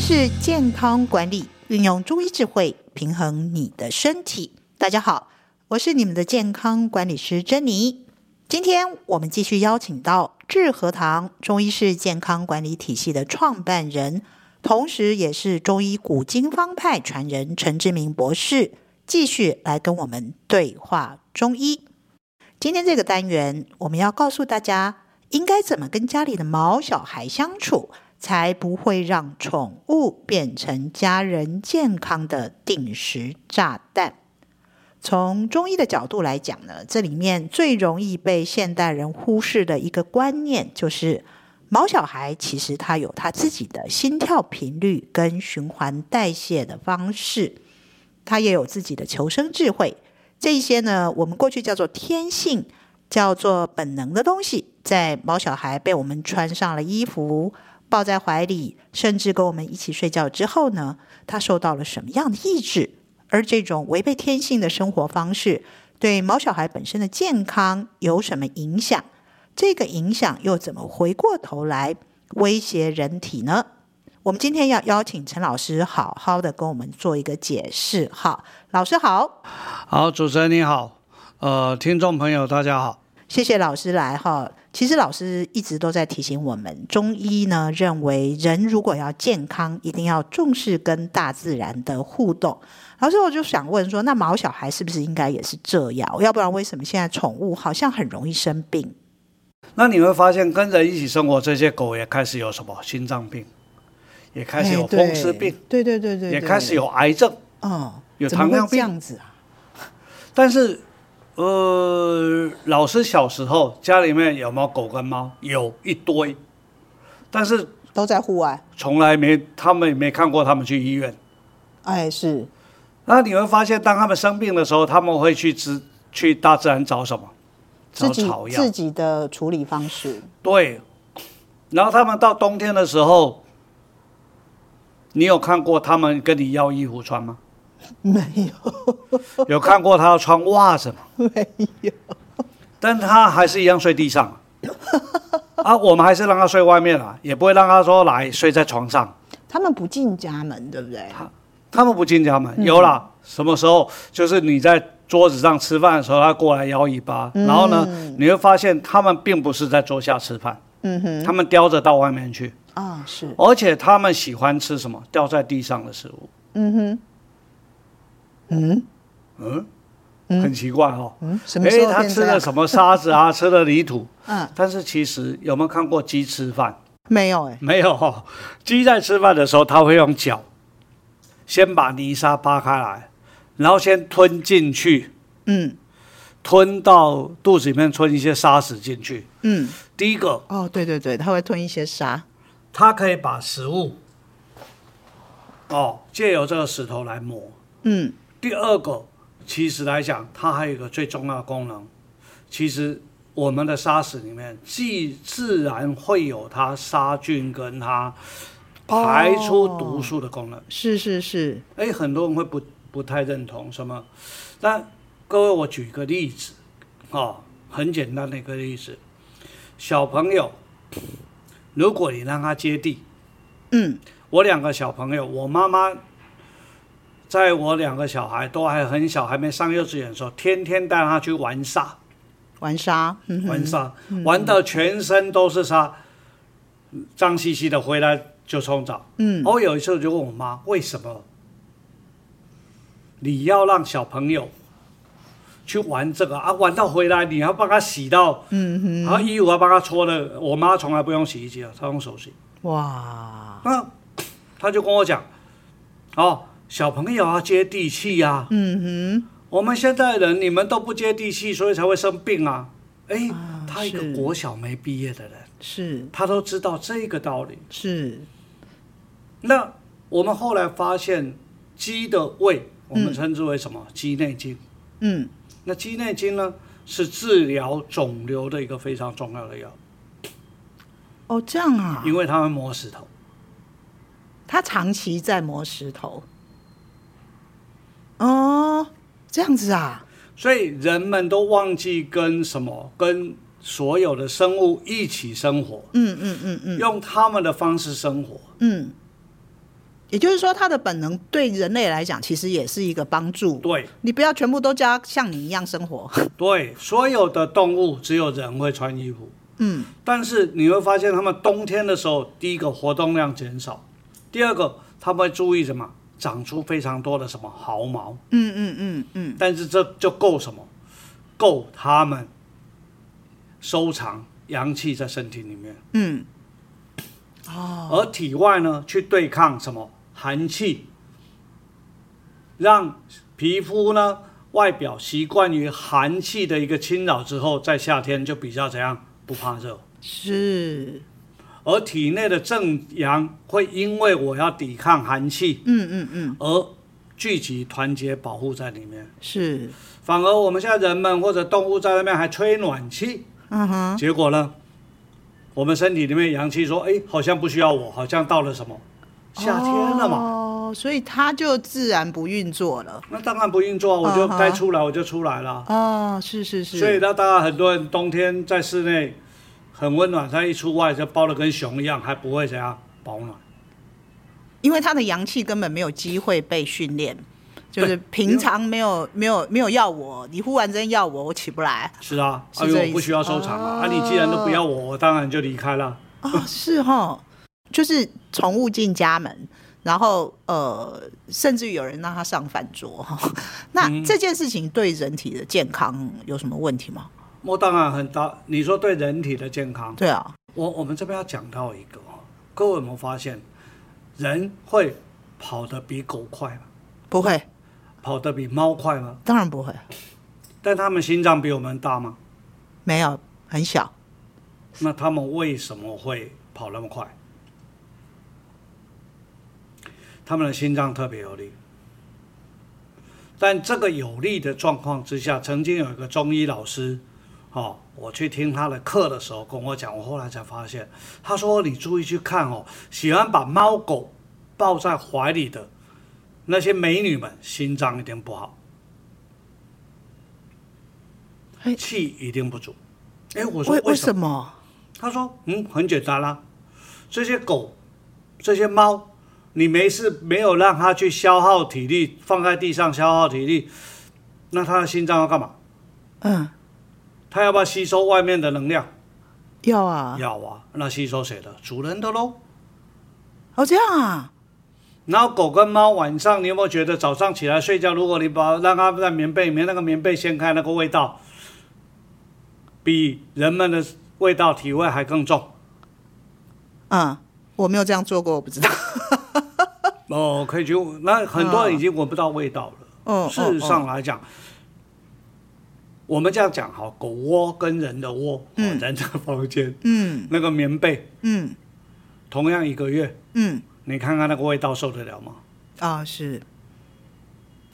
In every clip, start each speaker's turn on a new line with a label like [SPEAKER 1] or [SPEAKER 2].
[SPEAKER 1] 是健康管理，运用中医智慧平衡你的身体。大家好，我是你们的健康管理师珍妮。今天我们继续邀请到智和堂中医式健康管理体系的创办人，同时也是中医古今方派传人陈志明博士，继续来跟我们对话中医。今天这个单元，我们要告诉大家应该怎么跟家里的毛小孩相处，才不会让宠物变成家人健康的定时炸弹。从中医的角度来讲呢，这里面最容易被现代人忽视的一个观念就是，毛小孩其实他有他自己的心跳频率跟循环代谢的方式，他也有自己的求生智慧。这一些呢，我们过去叫做天性，叫做本能的东西，在毛小孩被我们穿上了衣服、抱在怀里，甚至跟我们一起睡觉之后呢，他受到了什么样的抑制？而这种违背天性的生活方式，对毛小孩本身的健康有什么影响？这个影响又怎么回过头来威胁人体呢？我们今天要邀请陈老师好好的跟我们做一个解释。好，老师好。
[SPEAKER 2] 好，主持人你好，呃，听众朋友大家好。
[SPEAKER 1] 谢谢老师来哈。其实老师一直都在提醒我们，中医呢认为人如果要健康，一定要重视跟大自然的互动。老师，我就想问说，那毛小孩是不是应该也是这样？要不然为什么现在宠物好像很容易生病？
[SPEAKER 2] 那你会发现，跟人一起生活，这些狗也开始有什么心脏病，也开始有
[SPEAKER 1] 哎对
[SPEAKER 2] 风湿病，
[SPEAKER 1] 对对对对，
[SPEAKER 2] 也
[SPEAKER 1] 对
[SPEAKER 2] 开始有癌症。
[SPEAKER 1] 哦，
[SPEAKER 2] 有
[SPEAKER 1] 怎么
[SPEAKER 2] 糖尿
[SPEAKER 1] 会这
[SPEAKER 2] 病
[SPEAKER 1] 样子啊？
[SPEAKER 2] 但是，呃，老师小时候家里面有没有狗跟猫？有一堆，但是
[SPEAKER 1] 都在户外，
[SPEAKER 2] 从来没他们也没看过他们去医院。
[SPEAKER 1] 哎是
[SPEAKER 2] 那你会发现，当他们生病的时候，他们会去自去大自然找什么？找
[SPEAKER 1] 自己
[SPEAKER 2] 草药
[SPEAKER 1] 自。己的处理方式，
[SPEAKER 2] 对，然后他们到冬天的时候，你有看过他们跟你要衣服穿吗？
[SPEAKER 1] 没有
[SPEAKER 2] 有看过他要穿袜子吗？
[SPEAKER 1] 没有，
[SPEAKER 2] 但他还是一样睡地上。啊，我们还是让他睡外面啊，也不会让他说来睡在床上。
[SPEAKER 1] 他们不进家门，对不对？
[SPEAKER 2] 他们不进家门，有啦，什么时候就是你在桌子上吃饭的时候，他过来摇尾巴，然后呢，你会发现他们并不是在桌下吃饭，
[SPEAKER 1] 嗯哼
[SPEAKER 2] 他们叼着到外面去。
[SPEAKER 1] 啊是，
[SPEAKER 2] 而且他们喜欢吃什么？掉在地上的食物。
[SPEAKER 1] 嗯哼。
[SPEAKER 2] 嗯，很奇怪哦。
[SPEAKER 1] 嗯，什么
[SPEAKER 2] 哎
[SPEAKER 1] 时，候
[SPEAKER 2] 他
[SPEAKER 1] 变
[SPEAKER 2] 吃
[SPEAKER 1] 这
[SPEAKER 2] 了
[SPEAKER 1] 样？
[SPEAKER 2] 什么沙子啊？ 吃了泥土。
[SPEAKER 1] 嗯，
[SPEAKER 2] 但是其实有没有看过鸡吃饭？
[SPEAKER 1] 没有哎、
[SPEAKER 2] 没有、哦，鸡在吃饭的时候，它会用脚先把泥沙扒开来，然后先吞进去，
[SPEAKER 1] 嗯
[SPEAKER 2] 吞到肚子里面吞一些沙子进去。
[SPEAKER 1] 嗯，
[SPEAKER 2] 第一个，
[SPEAKER 1] 哦，对对对，它会吞一些沙。
[SPEAKER 2] 它可以把食物哦借由这个石头来磨。
[SPEAKER 1] 嗯
[SPEAKER 2] 第二个，其实来讲，它还有一个最重要的功能，其实我们的沙石里面，既自然会有它杀菌跟它排出毒素的功能。
[SPEAKER 1] 是是是，
[SPEAKER 2] 哎、很多人会不不太认同什么，那各位我举个例子，哦，很简单的一个例子，小朋友，如果你让他接地，
[SPEAKER 1] 嗯
[SPEAKER 2] 我两个小朋友，我妈妈在我两个小孩都还很小，还没上幼稚园的时候，天天带他去玩沙，
[SPEAKER 1] 玩沙。嗯哼
[SPEAKER 2] 玩沙，玩到全身都是沙，脏兮兮的，回来就冲澡。
[SPEAKER 1] 嗯，
[SPEAKER 2] 我有一次我就问我妈，为什么你要让小朋友去玩这个啊？玩到回来你要帮他洗到，
[SPEAKER 1] 嗯哼，
[SPEAKER 2] 然后衣服要帮他搓的。我妈从来不用洗衣机啊，她用手洗。
[SPEAKER 1] 哇，
[SPEAKER 2] 那啊他就跟我讲，哦，小朋友要接地气呀、啊。
[SPEAKER 1] 嗯哼，
[SPEAKER 2] 我们现在人你们都不接地气，所以才会生病啊。哎
[SPEAKER 1] 啊，
[SPEAKER 2] 他一
[SPEAKER 1] 是
[SPEAKER 2] 个国小没毕业的人，
[SPEAKER 1] 是
[SPEAKER 2] 他都知道这个道理。
[SPEAKER 1] 是，
[SPEAKER 2] 那我们后来发现，鸡的胃我们称之为什么？鸡内金。
[SPEAKER 1] 嗯
[SPEAKER 2] 那鸡内金呢，是治疗肿瘤的一个非常重要的药，
[SPEAKER 1] 哦这样啊，
[SPEAKER 2] 因为它会磨石头。
[SPEAKER 1] 它长期在磨石头。哦，这样子啊，
[SPEAKER 2] 所以人们都忘记跟什么，跟所有的生物一起生活，
[SPEAKER 1] 嗯嗯嗯嗯
[SPEAKER 2] 用他们的方式生活。
[SPEAKER 1] 嗯，也就是说，它的本能对人类来讲，其实也是一个帮助。
[SPEAKER 2] 对
[SPEAKER 1] 你不要全部都叫它像你一样生活。
[SPEAKER 2] 对，所有的动物只有人会穿衣服，
[SPEAKER 1] 嗯，
[SPEAKER 2] 但是你会发现它们冬天的时候，第一个活动量减少，第二个它们会注意什么？长出非常多的什么毫毛，
[SPEAKER 1] 嗯嗯嗯嗯，
[SPEAKER 2] 但是这就够什么？够它们收藏阳气在身体里面。
[SPEAKER 1] 嗯，
[SPEAKER 2] 而体外呢去对抗什么寒气，让皮肤呢外表习惯于寒气的一个侵扰之后，在夏天就比较怎样不怕热，
[SPEAKER 1] 是，
[SPEAKER 2] 而体内的正阳会因为我要抵抗寒气
[SPEAKER 1] 嗯嗯嗯
[SPEAKER 2] 而聚集团结保护在里面，
[SPEAKER 1] 是，
[SPEAKER 2] 反而我们现在人们或者动物在那边还吹暖气，
[SPEAKER 1] 嗯哼，
[SPEAKER 2] 结果呢，我们身体里面阳气说，哎，好像不需要我，好像到了什么夏天了嘛。
[SPEAKER 1] 哦，所以它就自然不运作了。
[SPEAKER 2] 那当然不运作，啊我就
[SPEAKER 1] 嗯哼
[SPEAKER 2] 该出来我就出来了。
[SPEAKER 1] 哦，是是是，
[SPEAKER 2] 所以那当然很多人冬天在室内很温暖，他一出外就包的跟熊一样，还不会怎样保暖。
[SPEAKER 1] 因为它的阳气根本没有机会被训练，就是平常没有没有没有要我，你忽然间要我，我起不来。
[SPEAKER 2] 是啊，
[SPEAKER 1] 是
[SPEAKER 2] 哎呦，
[SPEAKER 1] 这意
[SPEAKER 2] 我
[SPEAKER 1] 思
[SPEAKER 2] 不需要收藏
[SPEAKER 1] 哦
[SPEAKER 2] 啊！啊，你既然都不要我，我当然就离开了。
[SPEAKER 1] 哦，是哦，就是宠物进家门，然后呃，甚至于有人让它上饭桌哈。那
[SPEAKER 2] 嗯
[SPEAKER 1] 这件事情对人体的健康有什么问题吗？
[SPEAKER 2] 我当然很大，你说对人体的健康，
[SPEAKER 1] 对啊，
[SPEAKER 2] 我我们这边要讲到一个哦，各位有没有发现，人会跑得比狗快吗？
[SPEAKER 1] 不会，
[SPEAKER 2] 跑得比猫快吗？
[SPEAKER 1] 当然不会，
[SPEAKER 2] 但他们心脏比我们大吗？
[SPEAKER 1] 没有很小，
[SPEAKER 2] 那他们为什么会跑那么快？他们的心脏特别有力，但这个有力的状况之下，曾经有一个中医老师，哦，我去听他的课的时候跟我讲，我后来才发现，他说你注意去看哦，喜欢把猫狗抱在怀里的那些美女们，心脏一定不好
[SPEAKER 1] 嘿，
[SPEAKER 2] 气一定不足。哎，我说
[SPEAKER 1] 为
[SPEAKER 2] 为什么
[SPEAKER 1] 什？么？
[SPEAKER 2] 他说：“嗯，很简单啦、这些狗，这些猫，你没事没有让它去消耗体力，放在地上消耗体力，那它的心脏要干嘛？
[SPEAKER 1] 嗯，
[SPEAKER 2] 它要不要吸收外面的能量？
[SPEAKER 1] 要啊，
[SPEAKER 2] 要啊，那吸收谁的？主人的喽。
[SPEAKER 1] 哦这样啊，
[SPEAKER 2] 然后狗跟猫晚上，你有没有觉得早上起来睡觉，如果你把让它在棉被里面那个棉被掀开，那个味道比人们的味道体味还更重？
[SPEAKER 1] 嗯，我没有这样做过，我不知道。
[SPEAKER 2] 哦，可以去闻，那很多人已经闻不到味道了。
[SPEAKER 1] 嗯，
[SPEAKER 2] 事实
[SPEAKER 1] 嗯
[SPEAKER 2] 上来讲，我们这样讲好，狗窝跟人的窝，哦、人的房间
[SPEAKER 1] 嗯
[SPEAKER 2] 那个棉被，
[SPEAKER 1] 嗯
[SPEAKER 2] 同样一个月，
[SPEAKER 1] 嗯
[SPEAKER 2] 你看看那个味道受得了吗？
[SPEAKER 1] 啊，是，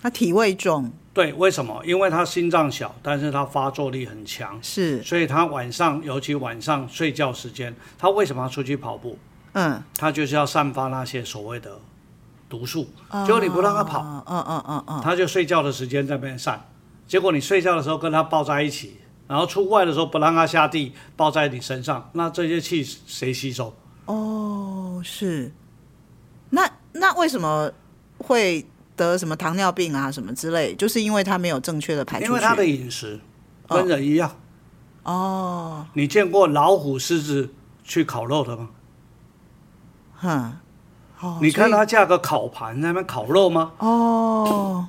[SPEAKER 1] 它体味重，
[SPEAKER 2] 对，为什么？因为它心脏小，但是它发作力很强，
[SPEAKER 1] 是，
[SPEAKER 2] 所以它晚上，尤其晚上睡觉时间，它为什么要出去跑步？
[SPEAKER 1] 嗯，
[SPEAKER 2] 它就是要散发那些所谓的毒素。
[SPEAKER 1] 哦
[SPEAKER 2] 结果你不让它跑，
[SPEAKER 1] 嗯嗯嗯嗯嗯，
[SPEAKER 2] 他就睡觉的时间在那边散，结果你睡觉的时候跟他抱在一起，然后出外的时候不让他下地，抱在你身上，那这些气谁吸收？
[SPEAKER 1] 哦，是，那那为什么会得什么糖尿病啊什么之类？就是因为它没有正确的排出去，
[SPEAKER 2] 因为他的饮食跟人一样。
[SPEAKER 1] 哦，
[SPEAKER 2] 你见过老虎、狮子去烤肉的吗？
[SPEAKER 1] 哼，哦，
[SPEAKER 2] 你看
[SPEAKER 1] 所以
[SPEAKER 2] 他架个烤盘在那边烤肉吗？
[SPEAKER 1] 哦，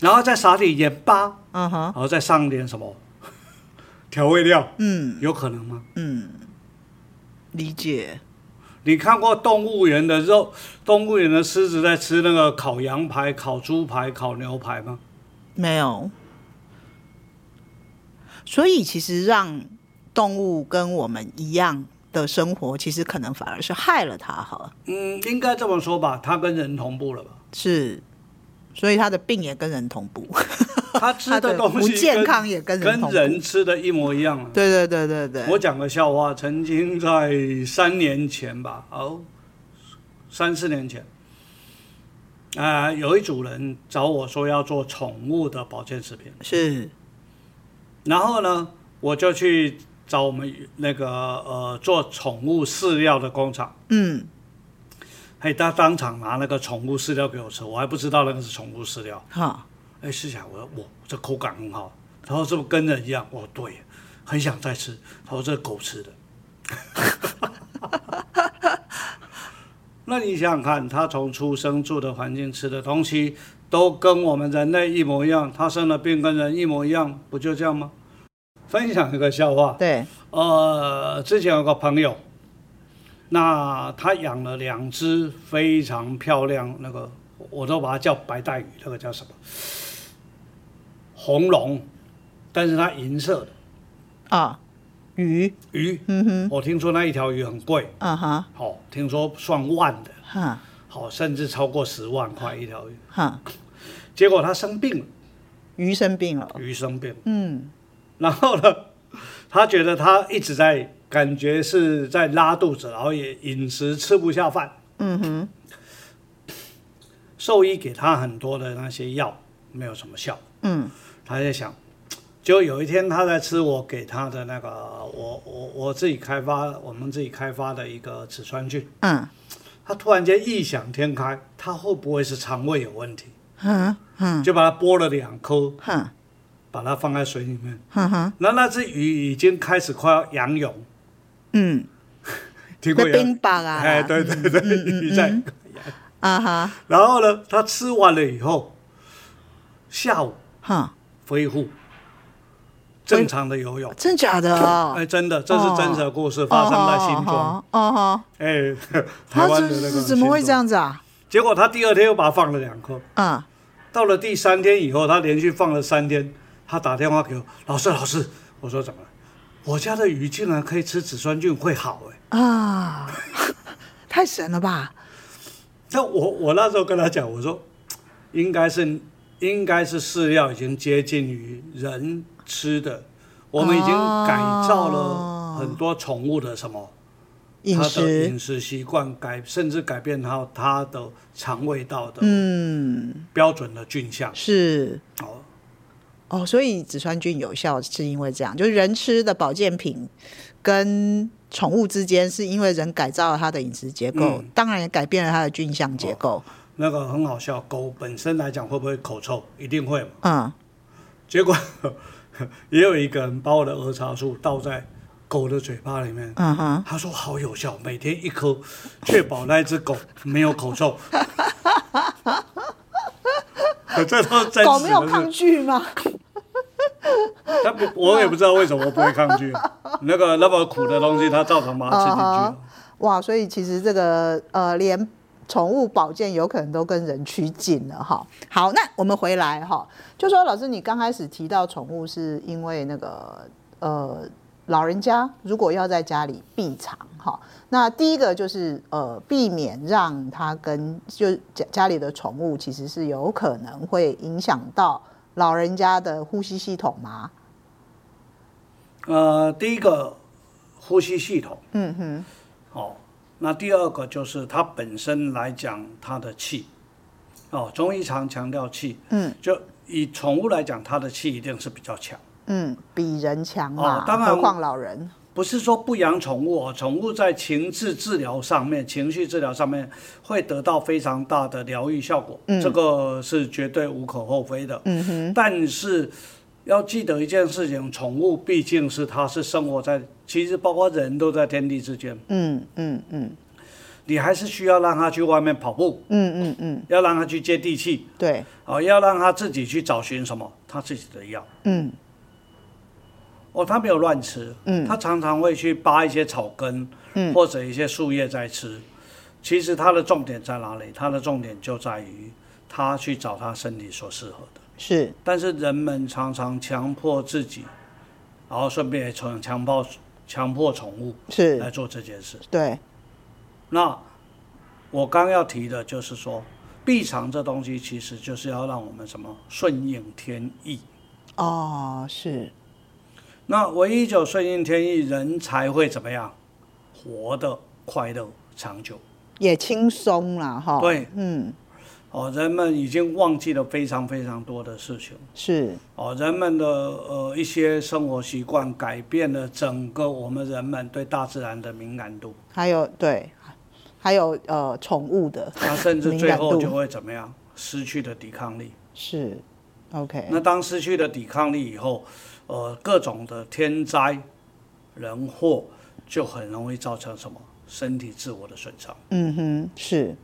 [SPEAKER 2] 然后再撒点盐巴，
[SPEAKER 1] 嗯哼，
[SPEAKER 2] 然后再上点什么调味料，
[SPEAKER 1] 嗯
[SPEAKER 2] 有可能吗？
[SPEAKER 1] 嗯，理解，
[SPEAKER 2] 你看过动物园的肉，动物园的狮子在吃那个烤羊排、烤猪排、烤牛排吗？
[SPEAKER 1] 没有，所以其实让动物跟我们一样的生活，其实可能反而是害了它哈，
[SPEAKER 2] 嗯，应该这么说吧，它跟人同步了 吧？
[SPEAKER 1] 是，所以它的病也跟人同步。
[SPEAKER 2] 它吃
[SPEAKER 1] 它
[SPEAKER 2] 的
[SPEAKER 1] 的
[SPEAKER 2] 东西
[SPEAKER 1] 不
[SPEAKER 2] 跟
[SPEAKER 1] 健康也跟人
[SPEAKER 2] 跟
[SPEAKER 1] 同步
[SPEAKER 2] 人吃的一模一样了。
[SPEAKER 1] 对对对对对，
[SPEAKER 2] 我讲个笑话，曾经在三年前吧，哦，三四年前，啊、有一组人找我说要做宠物的保健食品，
[SPEAKER 1] 是
[SPEAKER 2] 然后呢，我就去找我们那个呃做宠物饲料的工厂。
[SPEAKER 1] 嗯
[SPEAKER 2] 嘿，他当场拿那个宠物饲料给我吃，我还不知道那个是宠物饲料。
[SPEAKER 1] 哈，
[SPEAKER 2] 哎，吃起来我说我这口感很好。他说是不是跟人一样？我说对，很想再吃。他说这狗吃的。 那你想想看，他从出生住的环境、吃的东西都跟我们人类一模一样，他生了病跟人一模一样，不就这样吗？分享一个笑话，
[SPEAKER 1] 对，
[SPEAKER 2] 呃，之前有个朋友，那他养了两只非常漂亮，那个我都把它叫白带鱼，那个叫什么？红龙，但是它银色的
[SPEAKER 1] 啊，鱼，
[SPEAKER 2] 鱼，
[SPEAKER 1] 嗯哼，
[SPEAKER 2] 我听说那一条鱼很贵，
[SPEAKER 1] 啊哈，
[SPEAKER 2] 好、听说算万的，
[SPEAKER 1] 哈，
[SPEAKER 2] 好、甚至超过十万块一条鱼。
[SPEAKER 1] 哈，
[SPEAKER 2] 结果它生病了，
[SPEAKER 1] 鱼生病了，
[SPEAKER 2] 鱼生病了，
[SPEAKER 1] 嗯，
[SPEAKER 2] 然后呢， 他觉得他一直在感觉是在拉肚子，然后也饮食吃不下饭，
[SPEAKER 1] 嗯哼，
[SPEAKER 2] 兽医给他很多的那些药，没有什么效。
[SPEAKER 1] 嗯，
[SPEAKER 2] 他在想，就有一天他在吃我给他的那个，我我我自己开发，我们自己开发的一个齿川菌，
[SPEAKER 1] 嗯，
[SPEAKER 2] 他突然间异想天开，他会不会是肠胃有问题？
[SPEAKER 1] 哼，哼，
[SPEAKER 2] 就把它剥了两颗，
[SPEAKER 1] 哼，
[SPEAKER 2] 把它放在水里面。
[SPEAKER 1] 哼哼，
[SPEAKER 2] 那那只鱼已经开始快要仰泳，
[SPEAKER 1] 嗯，
[SPEAKER 2] 听过
[SPEAKER 1] 被
[SPEAKER 2] 仰？
[SPEAKER 1] 冰雹啊，
[SPEAKER 2] 哎，对对对，
[SPEAKER 1] 嗯
[SPEAKER 2] 鱼在。
[SPEAKER 1] 啊哈，
[SPEAKER 2] 然后呢，他吃完了以后，下午
[SPEAKER 1] 哈，
[SPEAKER 2] 恢复正常的游泳。
[SPEAKER 1] 真假的哦，
[SPEAKER 2] 哎，真的，这是真实的故事，发生在新庄。
[SPEAKER 1] 哦哦，
[SPEAKER 2] 哎，
[SPEAKER 1] 他
[SPEAKER 2] 台湾
[SPEAKER 1] 这
[SPEAKER 2] 的那个
[SPEAKER 1] 是怎么会
[SPEAKER 2] 新
[SPEAKER 1] 这
[SPEAKER 2] 庄？
[SPEAKER 1] 样子啊？
[SPEAKER 2] 结果他第二天又把它放了两颗，
[SPEAKER 1] 啊，
[SPEAKER 2] 到了第三天以后，他连续放了三天，他打电话给我，老师，老师，我说怎么了？我家的鱼竟然可以吃紫酸菌会好哎、
[SPEAKER 1] 啊， 太神了吧！
[SPEAKER 2] 那我我那时候跟他讲，我说应该是应该是饲料已经接近于人吃的，我们已经改造
[SPEAKER 1] 哦
[SPEAKER 2] 了很多宠物的什么
[SPEAKER 1] 饮
[SPEAKER 2] 它的
[SPEAKER 1] 食，
[SPEAKER 2] 饮食习惯改，甚至改变它它的肠胃道的
[SPEAKER 1] 嗯，
[SPEAKER 2] 标准的菌相。
[SPEAKER 1] 是
[SPEAKER 2] 哦，
[SPEAKER 1] 哦，所以紫川菌有效是因为这样，就是人吃的保健品跟宠物之间，是因为人改造了它的饮食结构，
[SPEAKER 2] 嗯
[SPEAKER 1] 当然也改变了它的菌相结构。
[SPEAKER 2] 那个很好笑，狗本身来讲会不会口臭？一定会嘛。
[SPEAKER 1] 嗯，
[SPEAKER 2] 结果 也有一个人把我的儿茶素倒在狗的嘴巴里面，
[SPEAKER 1] 嗯哼，
[SPEAKER 2] 他说好有效，每天一颗，确保那只狗没有口臭。 这都是真
[SPEAKER 1] 狗
[SPEAKER 2] 实
[SPEAKER 1] 没有
[SPEAKER 2] 的事
[SPEAKER 1] 抗拒吗？
[SPEAKER 2] 他不，我也不知道为什么不会抗拒。那个那么苦的东西，他照常把它吃进去
[SPEAKER 1] 啊
[SPEAKER 2] 了
[SPEAKER 1] 哈。哇，所以其实这个呃，连宠物保健有可能都跟人趋近了哈。好，那我们回来哈，就说老师，你刚开始提到宠物是因为那个呃，老人家如果要在家里避藏哈，那第一个就是呃，避免让它跟就家家里的宠物其实是有可能会影响到老人家的呼吸系统嘛。
[SPEAKER 2] 呃，第一个呼吸系统
[SPEAKER 1] 嗯哼，
[SPEAKER 2] 哦，那第二个就是它本身来讲，它的气哦，中医常强调气，
[SPEAKER 1] 嗯，
[SPEAKER 2] 就以宠物来讲，它的气一定是比较强。
[SPEAKER 1] 嗯，比人强嘛，
[SPEAKER 2] 哦当然
[SPEAKER 1] 何况老人。
[SPEAKER 2] 不是说不养宠物哦，宠物在情志治疗上面、情绪治疗上面会得到非常大的疗愈效果，这个是绝对无可厚非的。
[SPEAKER 1] 嗯哼。
[SPEAKER 2] 但是要记得一件事情，宠物毕竟是它是生活在，其实包括人都在天地之间，
[SPEAKER 1] 嗯嗯嗯
[SPEAKER 2] 你还是需要让它去外面跑步，
[SPEAKER 1] 嗯嗯嗯，
[SPEAKER 2] 要让它去接地气，
[SPEAKER 1] 对，
[SPEAKER 2] 哦，要让它自己去找寻什么它自己的药。
[SPEAKER 1] 嗯
[SPEAKER 2] 哦，它没有乱吃，
[SPEAKER 1] 嗯
[SPEAKER 2] 它常常会去扒一些草根，
[SPEAKER 1] 嗯
[SPEAKER 2] 或者一些树叶在吃。其实它的重点在哪里？它的重点就在于它去找它身体所适合的。
[SPEAKER 1] 是，
[SPEAKER 2] 但是人们常常强迫自己，然后顺便也强强迫强迫宠物
[SPEAKER 1] 是
[SPEAKER 2] 来做这件事。
[SPEAKER 1] 对，
[SPEAKER 2] 那我刚要提的就是说，避常这东西其实就是要让我们什么顺应天意。
[SPEAKER 1] 哦，是，
[SPEAKER 2] 那唯一就顺应天意，人才会怎么样？活得快乐长久。
[SPEAKER 1] 也轻松啦，哈，
[SPEAKER 2] 对，
[SPEAKER 1] 嗯，
[SPEAKER 2] 哦，人们已经忘记了非常非常多的事情。
[SPEAKER 1] 是，
[SPEAKER 2] 哦，人们的呃一些生活习惯改变了整个我们人们对大自然的敏感度。
[SPEAKER 1] 还有对，还有呃宠物的，
[SPEAKER 2] 那甚至
[SPEAKER 1] 敏
[SPEAKER 2] 最
[SPEAKER 1] 感
[SPEAKER 2] 后
[SPEAKER 1] 度
[SPEAKER 2] 就会怎么样？失去了抵抗力。
[SPEAKER 1] 是 OK，
[SPEAKER 2] 那当失去了抵抗力以后，呃，各种的天灾人祸就很容易造成什么身体自我的损伤。
[SPEAKER 1] 嗯哼，是。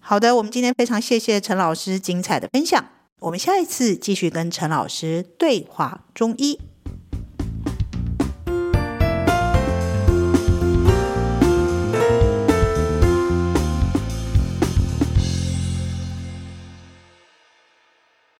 [SPEAKER 1] 好的，我们今天非常谢谢陈老师精彩的分享，我们下一次继续跟陈老师对话中医。